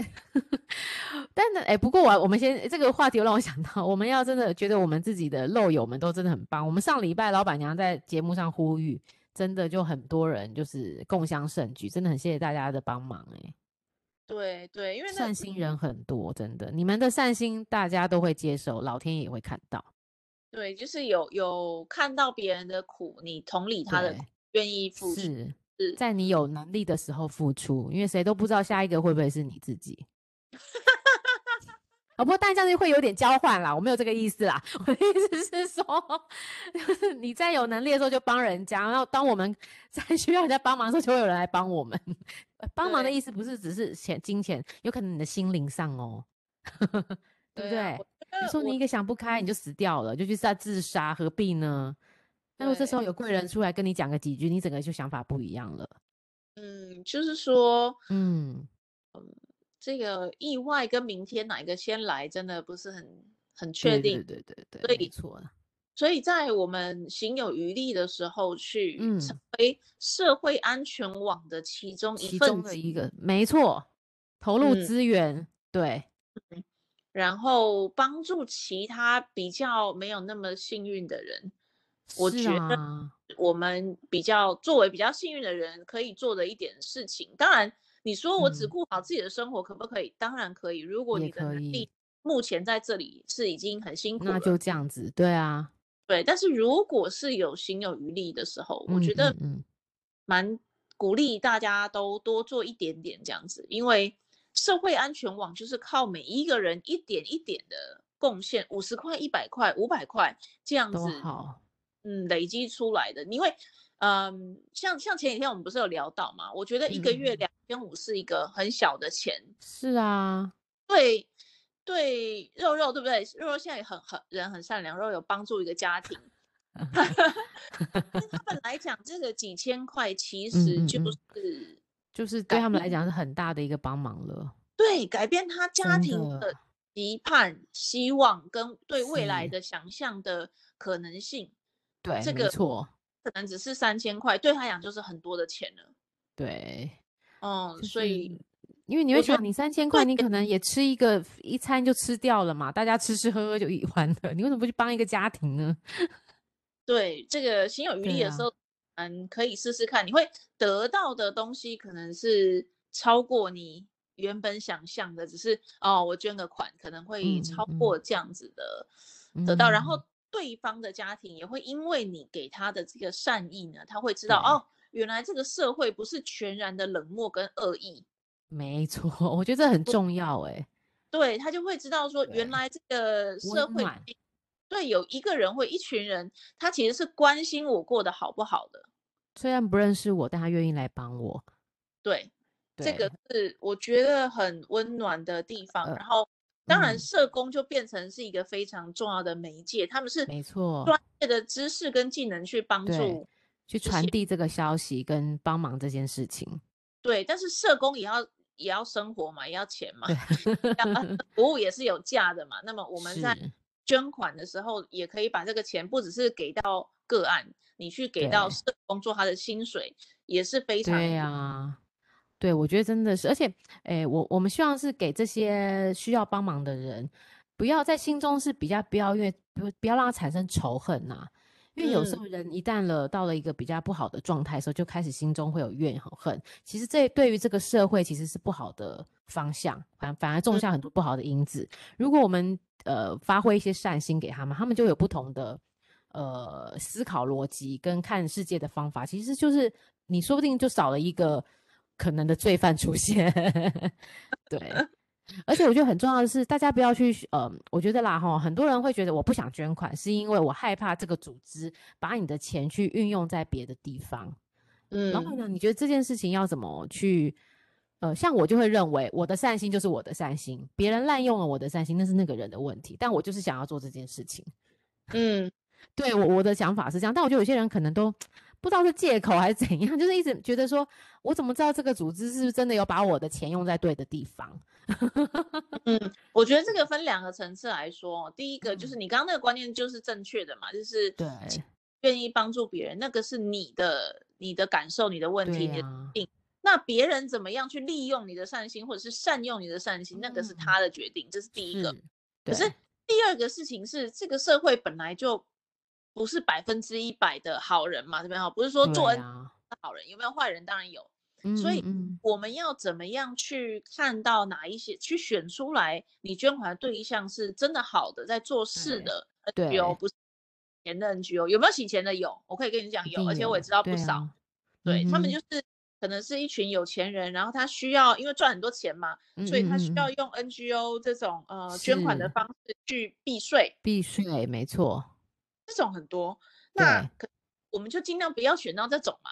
Speaker 1: 但呢，哎、不过我我们先这个话题又让我想到，我们要真的觉得我们自己的肉友们都真的很棒。我们上礼拜老板娘在节目上呼吁，真的就很多人就是共襄盛举，真的很谢谢大家的帮忙哎、
Speaker 2: 对对，因为那嗯
Speaker 1: 善心人很多，真的，你们的善心大家都会接受，老天爷也会看到。
Speaker 2: 对，就是有有看到别人的苦，你同理他的
Speaker 1: 对
Speaker 2: 苦，愿意付出。
Speaker 1: 是
Speaker 2: 是
Speaker 1: 在你有能力的时候付出，因为谁都不知道下一个会不会是你自己。哦，不过但这样就会有点交换啦，我没有这个意思啦， 我的意思是说，就是你在有能力的时候就帮人家，然后当我们在需要人家帮忙的时候，就会有人来帮我们。呃帮忙的
Speaker 2: 对
Speaker 1: 意思不是只是钱金钱，有可能你的心灵上哦， 对不对？
Speaker 2: 啊我觉
Speaker 1: 你
Speaker 2: 得
Speaker 1: 说
Speaker 2: 我
Speaker 1: 你一个想不开，你就死掉了，就去自自杀，何必呢？那如果这时候有贵人出来跟你讲个几句，你整个就想法不一样了。
Speaker 2: 嗯，就是说
Speaker 1: 嗯，
Speaker 2: 这个意外跟明天哪一个先来，真的不是很很确
Speaker 1: 对
Speaker 2: 定。
Speaker 1: 对对对
Speaker 2: 所
Speaker 1: 对，没
Speaker 2: 以
Speaker 1: 错啦，
Speaker 2: 所以在我们行有余力的时候，去成
Speaker 1: 嗯，
Speaker 2: 为社会安全网的其中一
Speaker 1: 其中
Speaker 2: 份
Speaker 1: 的
Speaker 2: 子，
Speaker 1: 一个没错，投入
Speaker 2: 嗯
Speaker 1: 资源，对，
Speaker 2: 然后帮助其他比较没有那么幸运的人。我
Speaker 1: 是
Speaker 2: 觉得
Speaker 1: 啊，
Speaker 2: 我们比较作为比较幸运的人，可以做的一点事情。当然，你说我只
Speaker 1: 嗯
Speaker 2: 顾好自己的生活可不可以？当然可以。如果
Speaker 1: 也
Speaker 2: 你的
Speaker 1: 可
Speaker 2: 能
Speaker 1: 以
Speaker 2: 力目前在这里是已经很辛苦
Speaker 1: 那
Speaker 2: 了，
Speaker 1: 就这样子，对啊，
Speaker 2: 对。但是如果是有心有余力的时候，我
Speaker 1: 嗯
Speaker 2: 觉得
Speaker 1: 嗯嗯，
Speaker 2: 蛮鼓励大家都多做一点点这样子，因为社会安全网就是靠每一个人一点一点的贡献，五十块、一百块、五百块这样
Speaker 1: 都
Speaker 2: 子
Speaker 1: 好，
Speaker 2: 嗯累积出来的。因为，嗯，像像前几天我们不是有聊到嘛，我觉得一个月
Speaker 1: 嗯
Speaker 2: 两千五是一个很小的钱，
Speaker 1: 是啊，
Speaker 2: 对对，肉肉对不对？肉肉现在也很很人很善良，肉肉有帮助一个家 庭。对他们来讲，这个几千块其实
Speaker 1: 嗯
Speaker 2: 就
Speaker 1: 嗯
Speaker 2: 是
Speaker 1: 就是对
Speaker 2: 改
Speaker 1: 他们来
Speaker 2: 变
Speaker 1: 讲是很大的一个帮忙了，
Speaker 2: 对，改变他家
Speaker 1: 真
Speaker 2: 庭
Speaker 1: 的
Speaker 2: 的期盼、希望跟对未来
Speaker 1: 是
Speaker 2: 的想象的可能性，
Speaker 1: 对，
Speaker 2: 这
Speaker 1: 没
Speaker 2: 个
Speaker 1: 错，
Speaker 2: 可能只是三千块，对他讲就是很多的钱了。
Speaker 1: 对，
Speaker 2: 嗯，
Speaker 1: 就
Speaker 2: 所
Speaker 1: 是
Speaker 2: 以
Speaker 1: 因为你会
Speaker 2: 我觉
Speaker 1: 想，
Speaker 2: 得
Speaker 1: 你三千块，你可能也吃一个一餐就吃掉了嘛，大家吃吃喝喝就一完了，你为什么不去帮一个家庭呢？
Speaker 2: 对这个心有余
Speaker 1: 对
Speaker 2: 力的
Speaker 1: 啊
Speaker 2: 时候，嗯，可以试试看，你会得到的东西可能是超过你原本想象的，只是哦，我捐个款可能会
Speaker 1: 嗯嗯
Speaker 2: 超
Speaker 1: 嗯
Speaker 2: 过这样子的得到，然
Speaker 1: 嗯
Speaker 2: 后对方的家庭也会因为你给他的这个善意呢，他会知道
Speaker 1: 对
Speaker 2: 哦，原来这个社会不是全然的冷漠跟恶意，
Speaker 1: 没错， 我觉得这很重要哎、
Speaker 2: 对他就会知道说，原
Speaker 1: 对
Speaker 2: 来这个社
Speaker 1: 温
Speaker 2: 会
Speaker 1: 暖
Speaker 2: 对有一个人或一群人，他其实是关心我过得好不好的。
Speaker 1: 虽然不认识我，但他愿意来帮我。
Speaker 2: 对，这
Speaker 1: 对
Speaker 2: 个是我觉得很温暖的地方。
Speaker 1: 呃
Speaker 2: 然后，当然
Speaker 1: 嗯
Speaker 2: 社工就变成是一个非常重要的媒介，他们是
Speaker 1: 没错，
Speaker 2: 专业的知识跟技能去帮
Speaker 1: 对
Speaker 2: 助。
Speaker 1: 去传递这个消息跟帮忙这件事情。
Speaker 2: 对，但是社工也要也要生活嘛，也要钱嘛，
Speaker 1: 对，
Speaker 2: 服务也是有价的嘛。那么我们在
Speaker 1: 是
Speaker 2: 捐款的时候，也可以把这个钱不只是给到个案，你去给到
Speaker 1: 对
Speaker 2: 社工做他的薪水，也是非常
Speaker 1: 对呀、啊对，我觉得真的是，而且，诶，我我们希望是给这些需要帮忙的人，不要在心中是比较不要因为不不要让他产生仇恨呐、因为有时
Speaker 2: 嗯
Speaker 1: 候人一旦了到了一个比较不好的状态的时候，就开始心中会有怨和恨。其实这对于这个社会其实是不好的方向，反反而种
Speaker 2: 嗯
Speaker 1: 下很多不好的因子。如果我们呃发挥一些善心给他们，他们就有不同的呃思考逻辑跟看世界的方法，其实就是你说不定就少了一个可能的罪犯出现。 对，而且我觉得很重要的是，大家不要去呃，我觉得啦哈，很多人会觉得我不想捐款，是因为我害怕这个组织把你的钱去运用在别的地方。然后
Speaker 2: 嗯
Speaker 1: 呢，你觉得这件事情要怎么去？呃，像我就会认为我的善心就是我的善心，别人滥用了我的善心，那是那个人的问题。但我就是想要做这件事情。
Speaker 2: 嗯
Speaker 1: 对我我的想法是这样，但我觉得有些人可能都不知道是借口还是怎样， 就是一直觉得说，我怎么知道这个组织是不是真的有把我的钱用在对的地方？
Speaker 2: 嗯，我觉得这个分两个层次来说，哦第一个
Speaker 1: 嗯
Speaker 2: 就是你刚刚那个观念就是正确的嘛，就是
Speaker 1: 对
Speaker 2: 愿意帮助别人，那个是你的你的感受、你的问
Speaker 1: 对啊
Speaker 2: 题、
Speaker 1: 呀、
Speaker 2: 你的那别人怎么样去利用你的善心，或者是善用你的善心，那个是
Speaker 1: 嗯
Speaker 2: 他的决定，这是第一个。
Speaker 1: 是，
Speaker 2: 可是
Speaker 1: 对
Speaker 2: 第二个事情是，这个社会本来就不是百分之一百的好人嘛，对不对？不是说
Speaker 1: 对
Speaker 2: 做恩
Speaker 1: 啊，
Speaker 2: 是好人，有没有坏人？当然有。
Speaker 1: 嗯
Speaker 2: 所以
Speaker 1: 嗯
Speaker 2: 我们要怎么样去看到哪一些，去选出来你捐款的对象是真的好的，在做事
Speaker 1: 对
Speaker 2: 的
Speaker 1: 对
Speaker 2: NGO，不是洗钱的 NGO，有没有洗钱的？有，我可以跟你讲
Speaker 1: 一
Speaker 2: 有，
Speaker 1: 定
Speaker 2: 而且我也
Speaker 1: 有
Speaker 2: 知道不
Speaker 1: 对
Speaker 2: 少。
Speaker 1: 啊
Speaker 2: 对他们
Speaker 1: 嗯
Speaker 2: 就是可能是一群有钱人，然后他需要因为赚很多钱嘛，
Speaker 1: 嗯
Speaker 2: 所以他需
Speaker 1: 嗯嗯
Speaker 2: 要
Speaker 1: 嗯
Speaker 2: 用 NGO 这种呃捐款的
Speaker 1: 是
Speaker 2: 方式去避税，
Speaker 1: 避税，没错，
Speaker 2: 这种很多。那
Speaker 1: 对
Speaker 2: 可我们就尽量不要选到这种嘛。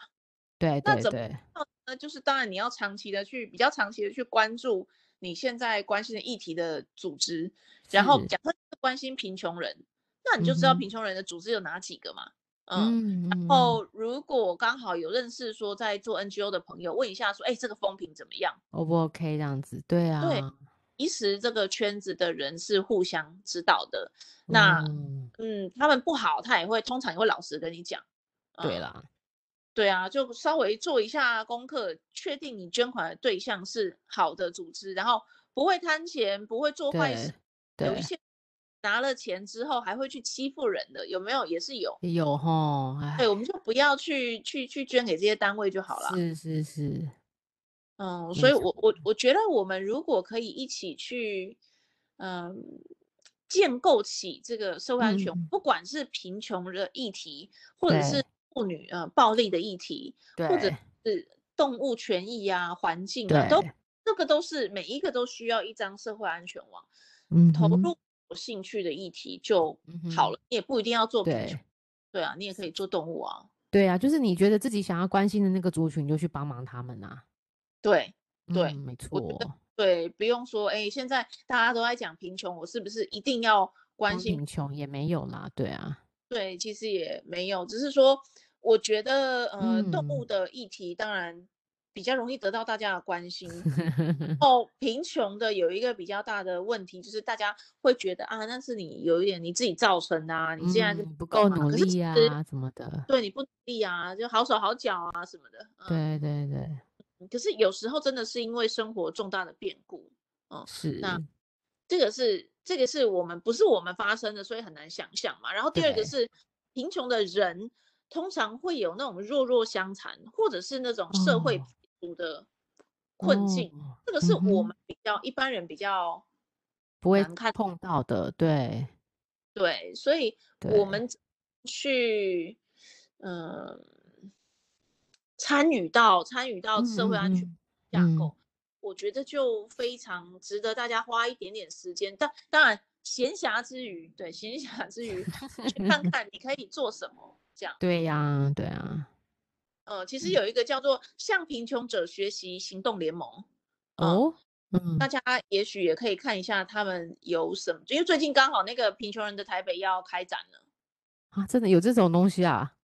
Speaker 1: 对
Speaker 2: 那
Speaker 1: 对
Speaker 2: 怎么
Speaker 1: 对，
Speaker 2: 那呢就是当然你要长期的去比较长期的去关注你现在关心的议题的组织，然后
Speaker 1: 是
Speaker 2: 假设是关心贫穷人，那你就知道
Speaker 1: 嗯哼
Speaker 2: 贫穷人的组织有哪几个嘛。嗯，
Speaker 1: 嗯，嗯
Speaker 2: 然后如果刚好有认识说在做 NGO 的朋友，问一下说，哎，这个风评怎么样？
Speaker 1: O 不 OK 这样子，对啊，
Speaker 2: 对其实这个圈子的人是互相知道的，那
Speaker 1: 嗯
Speaker 2: 嗯，他们不好，他也会通常也会老实跟你讲。
Speaker 1: 对
Speaker 2: 嗯
Speaker 1: 啦，
Speaker 2: 对啊，就稍微做一下功课，确定你捐款的对象是好的组织，然后不会贪钱，不会做坏事
Speaker 1: 对。
Speaker 2: 有
Speaker 1: 对
Speaker 2: 一，些拿了钱之后还会去欺负人的，有没有？也是有。
Speaker 1: 有吼，
Speaker 2: 对，
Speaker 1: 哎，
Speaker 2: 我们就不要去去去捐给这些单位就好了。
Speaker 1: 是是是，
Speaker 2: 嗯，
Speaker 1: 没
Speaker 2: 所以
Speaker 1: 错
Speaker 2: 我我我觉得我们如果可以一起去，嗯，建构起这个社会安
Speaker 1: 嗯
Speaker 2: 全，
Speaker 1: 嗯
Speaker 2: 不管是贫穷的议题，或者是
Speaker 1: 对
Speaker 2: 妇女呃暴力的议题，或者
Speaker 1: 对
Speaker 2: 是动物权益啊、环境啊，都
Speaker 1: 对，
Speaker 2: 这个都是每一个都需要一张社会安全网，
Speaker 1: 嗯
Speaker 2: 投
Speaker 1: 哼
Speaker 2: 入有兴趣的议题就
Speaker 1: 嗯
Speaker 2: 好
Speaker 1: 哼
Speaker 2: 了，你也不一定要做贫穷
Speaker 1: 对，
Speaker 2: 对啊，你也可以做动物啊，
Speaker 1: 对啊，就是你觉得自己想要关心的那个族群，你就去帮忙他们啊，
Speaker 2: 对对。
Speaker 1: 嗯，没
Speaker 2: 我觉得
Speaker 1: 错，
Speaker 2: 对，不用说，哎，现在大家都在讲贫穷，我是不是一定要关
Speaker 1: 光
Speaker 2: 心？
Speaker 1: 贫穷也没有啦，对啊，
Speaker 2: 对，其实也没有，只是说，我觉得，呃，动物
Speaker 1: 嗯，
Speaker 2: 的议题当然比较容易得到大家的关心。哦，贫穷的有一个比较大的问题，就是大家会觉得啊，那是你有一点你自己造成的啊，你现在就
Speaker 1: 嗯，不
Speaker 2: 懂
Speaker 1: 够
Speaker 2: 啊。
Speaker 1: 努
Speaker 2: 可是
Speaker 1: 力
Speaker 2: 其
Speaker 1: 呀、
Speaker 2: 实
Speaker 1: 啊，什么的，
Speaker 2: 对你不努力啊，就好手好脚啊什么的，
Speaker 1: 对
Speaker 2: 嗯。
Speaker 1: 对对，
Speaker 2: 可是有时候真的是因为生活重大的变故，嗯，那
Speaker 1: 是，
Speaker 2: 这个是这个是我们不是我们发生的，所以很难想象嘛。然后第二个
Speaker 1: 对，
Speaker 2: 是贫穷的人通常会有那种弱弱相残，或者是那种社会
Speaker 1: 哦
Speaker 2: 贫穷的困境，
Speaker 1: 哦，
Speaker 2: 这个是
Speaker 1: 嗯
Speaker 2: 我
Speaker 1: 哼，
Speaker 2: 们比较一般人比较
Speaker 1: 不会
Speaker 2: 难看
Speaker 1: 碰到的，对
Speaker 2: 对，所以我
Speaker 1: 对，
Speaker 2: 们怎么去嗯、呃参与到参与到社会安全
Speaker 1: 嗯嗯
Speaker 2: 架
Speaker 1: 嗯
Speaker 2: 构，我觉得就非常值得大家花一点点时间。但当然，闲暇之余，对，闲暇之余去 看看你可以做什么，这样。
Speaker 1: 对呀、对啊，
Speaker 2: 呃，其
Speaker 1: 嗯
Speaker 2: 实有一个叫做“向贫穷者学习行动联盟”，嗯
Speaker 1: 哦，嗯，
Speaker 2: 大家也许也可以看一下他们有什么，因为最近刚好那个贫穷人的台北要开展了，
Speaker 1: 啊，真的有这种东西啊？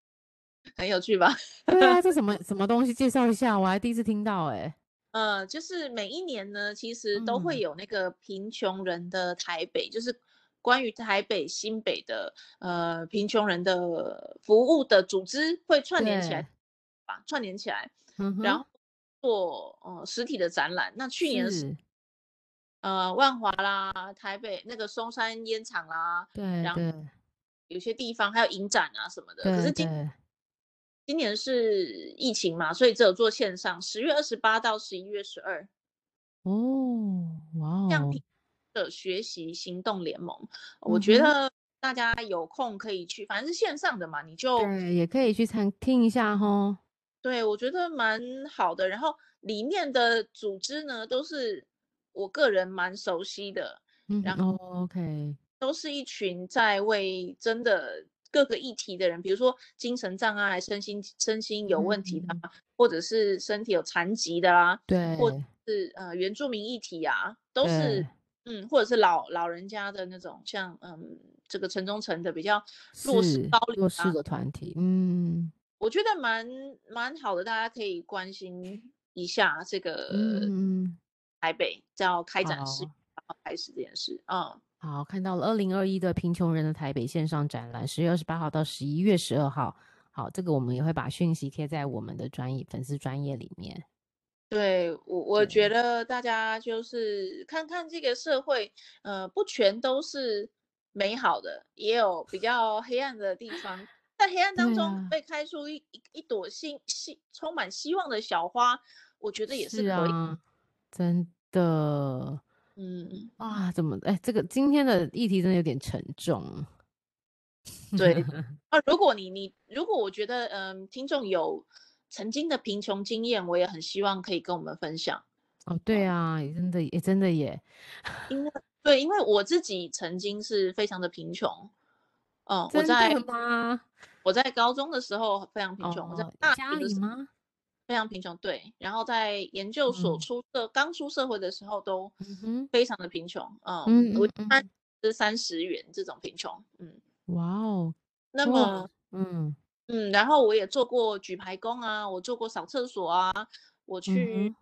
Speaker 2: 很有趣吧？
Speaker 1: 对啊，这什么什么东西？介绍一下，我还第一次听到哎、
Speaker 2: 呃，就是每一年呢，其实都
Speaker 1: 嗯
Speaker 2: 会有那个贫穷人的台北，就是关于台北新北的呃贫穷人的服务的组织会串联起来
Speaker 1: 对，
Speaker 2: 把串联起来，
Speaker 1: 嗯哼，
Speaker 2: 然后做呃实体的展览。那去年是
Speaker 1: 是，
Speaker 2: 呃万华啦、台北那个松山烟厂啦，
Speaker 1: 对
Speaker 2: 然后
Speaker 1: 对
Speaker 2: 有些地方还有影展啊什么的。可
Speaker 1: 对
Speaker 2: 是今
Speaker 1: 对，
Speaker 2: 今年是疫情嘛，所以只有做线上，十月二十八到十一月十二。
Speaker 1: 哦，哇
Speaker 2: 像
Speaker 1: 哦，
Speaker 2: 平的学习行动联盟，我觉
Speaker 1: 嗯哼
Speaker 2: 得大家有空可以去，反正是线上的嘛，你就
Speaker 1: 对，也可以去参听一下吼。
Speaker 2: 对我觉得蛮好的。然后里面的组织呢，都是我个人蛮熟悉的，
Speaker 1: 嗯，
Speaker 2: 然
Speaker 1: 哦，OK，
Speaker 2: 都是一群在为真的各个议题的人，比如说精神障碍、身心身心有问题的
Speaker 1: 嗯
Speaker 2: 啊、或者是身体有残疾的啊，
Speaker 1: 对，
Speaker 2: 或者是呃原住民议题啊，都
Speaker 1: 对
Speaker 2: 是嗯，或者是老老人家的那种，像嗯这个城中城的比较弱势
Speaker 1: 是
Speaker 2: 高龄
Speaker 1: 弱势
Speaker 2: 啊
Speaker 1: 的团体，嗯
Speaker 2: 我觉得蛮蛮好的，大家可以关心一下这个
Speaker 1: 嗯，
Speaker 2: 台北要开展
Speaker 1: 好
Speaker 2: 是要开始这件事，嗯，
Speaker 1: 好，看到了二零二一的贫穷人的台北线上展览，十月二十八号到十一月十二号。好，这个我们也会把讯息贴在我们的专业粉丝专业里面。
Speaker 2: 对我我觉
Speaker 1: 对
Speaker 2: 得大家就是看看这个社会，呃，不全都是美好的，也有比较黑暗的地方。在黑暗当
Speaker 1: 对
Speaker 2: 中
Speaker 1: 啊
Speaker 2: 被开出一一一朵希希充满希望的小花，我觉得也是可以。
Speaker 1: 啊，真的
Speaker 2: 嗯，
Speaker 1: 啊，怎么哎，这个今天的议题真的有点沉重。
Speaker 2: 对 啊，如果你你如果我觉得嗯，听众有曾经的贫穷经验，我也很希望可以跟我们分享。
Speaker 1: 哦，对啊，也真的也真的耶，
Speaker 2: 对，因为我自己曾经是非常的贫穷。嗯，我
Speaker 1: 真
Speaker 2: 在
Speaker 1: 的吗？
Speaker 2: 我在高中的时候非常贫穷，我在
Speaker 1: 哦，
Speaker 2: 大
Speaker 1: 家
Speaker 2: 学的
Speaker 1: 里
Speaker 2: 时候
Speaker 1: 吗？
Speaker 2: 非常贫穷，对。然后在研究所
Speaker 1: 嗯
Speaker 2: 出社、刚出社会的时候都
Speaker 1: 嗯哼，
Speaker 2: 非常的贫穷，嗯，
Speaker 1: 嗯
Speaker 2: 我
Speaker 1: 嗯嗯，
Speaker 2: 三是三十元这种贫穷，嗯。
Speaker 1: 哇哦，
Speaker 2: 那
Speaker 1: 哇
Speaker 2: 么，，
Speaker 1: 嗯
Speaker 2: 嗯，然后我也做过举牌工啊，我做过扫厕所啊，我去
Speaker 1: 嗯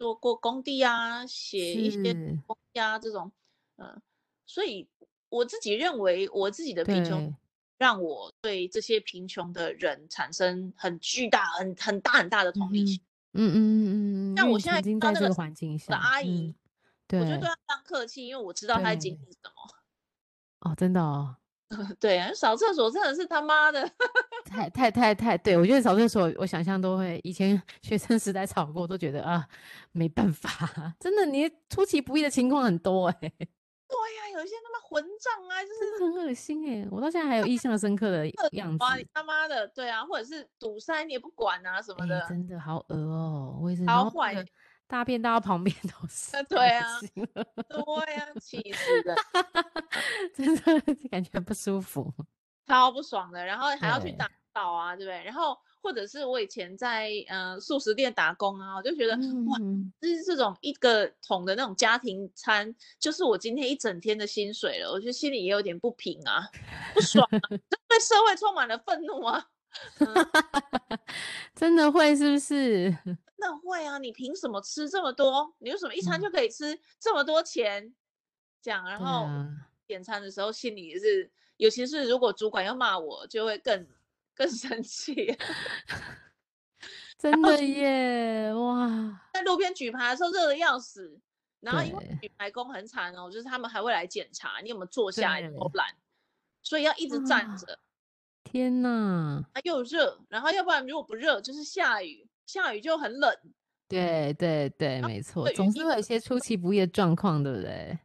Speaker 2: 做过工地啊，写一些
Speaker 1: 是，
Speaker 2: 工地啊这种，嗯，所以我自己认为我自己的贫穷
Speaker 1: 对，
Speaker 2: 让我对这些贫穷的人产生很巨大、很很大、很大的
Speaker 1: 嗯
Speaker 2: 同理
Speaker 1: 哼
Speaker 2: 心。
Speaker 1: 嗯嗯嗯嗯，因
Speaker 2: 像
Speaker 1: 为
Speaker 2: 我
Speaker 1: 你
Speaker 2: 现在
Speaker 1: 曾经
Speaker 2: 看到
Speaker 1: 在这
Speaker 2: 那个
Speaker 1: 个
Speaker 2: 扫
Speaker 1: 环境
Speaker 2: 我的
Speaker 1: 下，
Speaker 2: 阿
Speaker 1: 嗯
Speaker 2: 姨，，我就
Speaker 1: 对
Speaker 2: 对她非常客气，因为我知道她在经
Speaker 1: 对，
Speaker 2: 历什么。
Speaker 1: 哦，真的哦，
Speaker 2: 对啊，扫厕所真的是他妈的，哎
Speaker 1: 太太太太，对我觉得扫厕所，我想象都会，以前学生时代扫过，都觉得啊，没办法， 真的，你出其不意的情况很多哎、
Speaker 2: 对呀、有一些他妈混账啊，就是
Speaker 1: 真的很恶心哎、我到现在还有印象深刻 的样
Speaker 2: 哇，你
Speaker 1: 子，
Speaker 2: 他妈的，对啊，或者是堵塞你也不管啊什么
Speaker 1: 哎、
Speaker 2: 的，
Speaker 1: 真的好恶哦、我也是，然
Speaker 2: 好
Speaker 1: 后那
Speaker 2: 坏
Speaker 1: 个
Speaker 2: 的，
Speaker 1: 大便到旁边都是，太
Speaker 2: 啊对
Speaker 1: 恶
Speaker 2: 啊
Speaker 1: 心了
Speaker 2: 对呀、气死人，
Speaker 1: 真的就感觉很不舒服，
Speaker 2: 超不爽的，然后还要去
Speaker 1: 对，
Speaker 2: 打扫啊，对不对？然后或者是我以前在嗯、呃素食店打工啊，我就觉得哇，
Speaker 1: 嗯，
Speaker 2: 就是这种一个桶的那种家庭餐，就是我今天一整天的薪水了，我就心里也有点不平啊，不爽啊， 就对社会充满了愤怒啊。
Speaker 1: 真的会是不是？
Speaker 2: 那会啊，你凭什么吃这么多？你为什么一餐
Speaker 1: 嗯，
Speaker 2: 就可以吃这么多钱？这样，然
Speaker 1: 对
Speaker 2: 后
Speaker 1: 啊，
Speaker 2: 点餐的时候心里也是，尤其是如果主管要骂我，就会更更生气。然
Speaker 1: 真
Speaker 2: 后
Speaker 1: 的耶，哇，
Speaker 2: 在路边举牌的时候热的要死，然后因为
Speaker 1: 对
Speaker 2: 举牌工很惨哦，就是他们还会来检查你有没有坐下来偷
Speaker 1: 对
Speaker 2: 懒，所以要一直站
Speaker 1: 啊，
Speaker 2: 着，
Speaker 1: 天呐，
Speaker 2: 啊又热，然后要不然如果不热就是下雨，下雨就很冷，
Speaker 1: 对对啊对，没错，
Speaker 2: 对雨
Speaker 1: 总是
Speaker 2: 衣
Speaker 1: 会有一些出其不意的状况，对不对？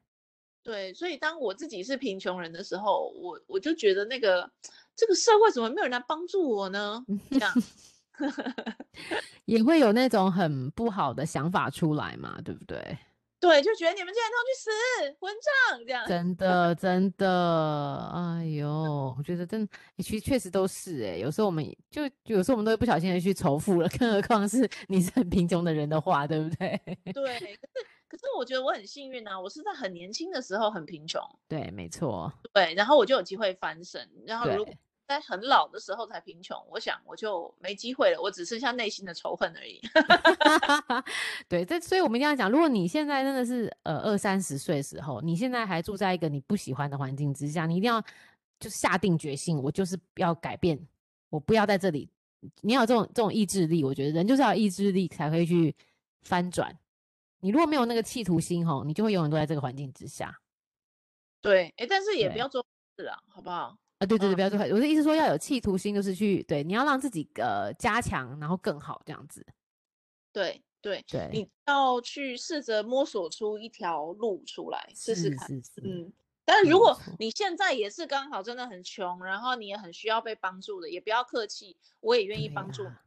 Speaker 2: 对，所以当我自己是贫穷人的时候，我我就觉得那个这个社会怎么没有人来帮助我呢？
Speaker 1: 嗯
Speaker 2: 这样，
Speaker 1: 也会有那种很不好的想法出来嘛，对不对？
Speaker 2: 对，就觉得你们竟然都去死，混账这样。
Speaker 1: 真的，真的，哎呦，我觉得真的，欸其实确实都是哎、有时候我们也就有时候我们都会不小心的去仇富了，更何况是你是很贫穷的人的话，对不对？
Speaker 2: 对，可是可是我觉得我很幸运啊，我是在很年轻的时候很贫穷，
Speaker 1: 对，没错，
Speaker 2: 对，然后我就有机会翻身，然后
Speaker 1: 对
Speaker 2: 如果在很老的时候才贫穷，我想我就没机会了，我只剩下内心的仇恨而已。
Speaker 1: 对，这所以我们一定要讲，如果你现在真的是呃二三十岁的时候，你现在还住在一个你不喜欢的环境之下，你一定要就下定决心，我就是要改变，我不要在这里。你要有这种这种意志力，我觉得人就是要有意志力才会去翻转。你如果没有那个企图心吼，你就会永远都在这个环境之下。
Speaker 2: 对，哎，但是也不
Speaker 1: 对
Speaker 2: 要做事啊，好不好？
Speaker 1: 啊，对对对，
Speaker 2: 嗯
Speaker 1: 不要做坏。我的意思说要有企图心，就是去对，你要让自己呃加强，然后更好这样子。
Speaker 2: 对对，
Speaker 1: 对，
Speaker 2: 你要去试着摸索出一条路出来，试试
Speaker 1: 是
Speaker 2: 看。
Speaker 1: 是是
Speaker 2: 嗯，但
Speaker 1: 没
Speaker 2: 如果
Speaker 1: 错
Speaker 2: 你现在也是刚好真的很穷，然后你也很需要被帮助的，也不要客气，我也愿意
Speaker 1: 对啊
Speaker 2: 帮助你
Speaker 1: 啦。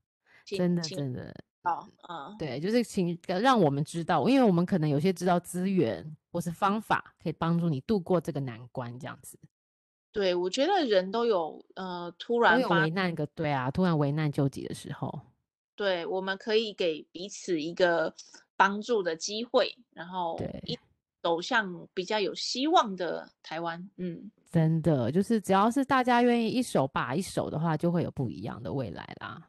Speaker 2: 请
Speaker 1: 真的
Speaker 2: 请
Speaker 1: 真的，
Speaker 2: 好，嗯，
Speaker 1: 对，就是请呃让我们知道，因为我们可能有些知道资源或是方法，可以帮助你度过这个难关，这样子。
Speaker 2: 对，我觉得人都有呃突
Speaker 1: 都
Speaker 2: 然
Speaker 1: 有
Speaker 2: 发
Speaker 1: 危难个对啊，突然危难救急的时候，
Speaker 2: 对，我们可以给彼此一个帮助的机会，然后
Speaker 1: 对
Speaker 2: 一走向比较有希望的台湾。嗯，
Speaker 1: 真的就是只要是大家愿意一手把一手的话，就会有不一样的未来啦。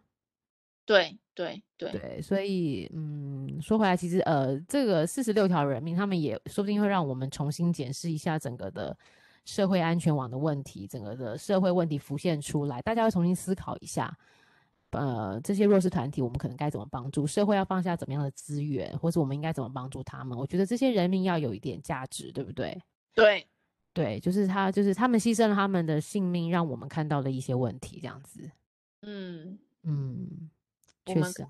Speaker 2: 对对对
Speaker 1: 对，所以嗯，说回来，其实呃，这个四十六条人命，他们也说不定会让我们重新检视一下整个的社会安全网的问题，整个的社会问题浮现出来，大家会重新思考一下，呃，这些弱势团体我们可能该怎么帮助，社会要放下怎么样的资源，或者我们应该怎么帮助他们？我觉得这些人命要有一点价值，对不对？
Speaker 2: 对
Speaker 1: 对，就是他，就是他们牺牲了他们的性命，让我们看到了一些问题，这样子，
Speaker 2: 嗯，
Speaker 1: 嗯，
Speaker 2: 我
Speaker 1: 确
Speaker 2: 们
Speaker 1: 实啊，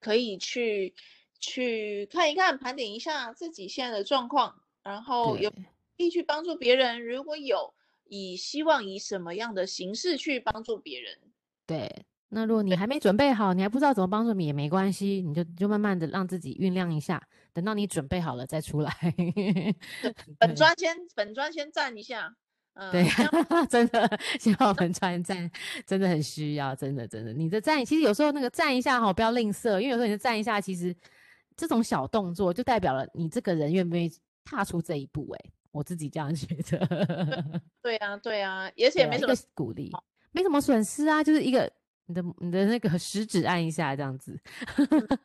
Speaker 2: 可以去去看一看，盘点一下自己现在的状况，然后有
Speaker 1: 对。
Speaker 2: 可以去帮助别人，如果有，以希望以什么样的形式去帮助别人。
Speaker 1: 对，那如果你还没准备好，你还不知道怎么帮助你也没关系，你就就慢慢的让自己酝酿一下，等到你准备好了再出来。嗯
Speaker 2: 本
Speaker 1: 对
Speaker 2: 专先本专先站一下，嗯，
Speaker 1: 对
Speaker 2: 这样，
Speaker 1: 真的，希望我们穿站真的很需要，真的真的，你的站其实有时候那个站一下哈，不要吝啬，因为有时候你的站一下，其实这种小动作就代表了你这个人愿不愿意踏出这一步、欸。哎，我自己这样觉得，
Speaker 2: 对啊，对啊，而
Speaker 1: 对
Speaker 2: 且
Speaker 1: 啊，
Speaker 2: 没
Speaker 1: 一
Speaker 2: 什么
Speaker 1: 个鼓励，没什么损失啊，就是一个你的你的那个食指按一下这样子。
Speaker 2: 嗯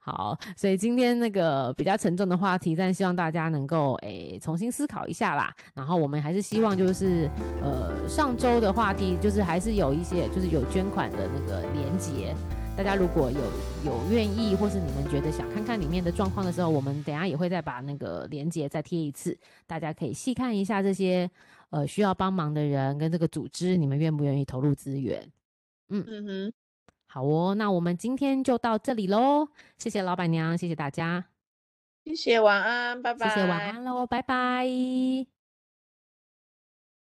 Speaker 1: 好，所以今天那个比较沉重的话题，但希望大家能够诶、重新思考一下啦。然后我们还是希望就是呃上周的话题，就是还是有一些就是有捐款的那个连结。大家如果有有愿意，或是你们觉得想看看里面的状况的时候，我们等一下也会再把那个连结再贴一次，大家可以细看一下这些呃需要帮忙的人跟这个组织，你们愿不愿意投入资源？
Speaker 2: 嗯哼，
Speaker 1: 好哦，那我们今天就到这里喽，谢谢老板娘，谢谢大家，
Speaker 2: 谢谢，晚安，拜拜。
Speaker 1: 谢谢，晚安喽，拜拜。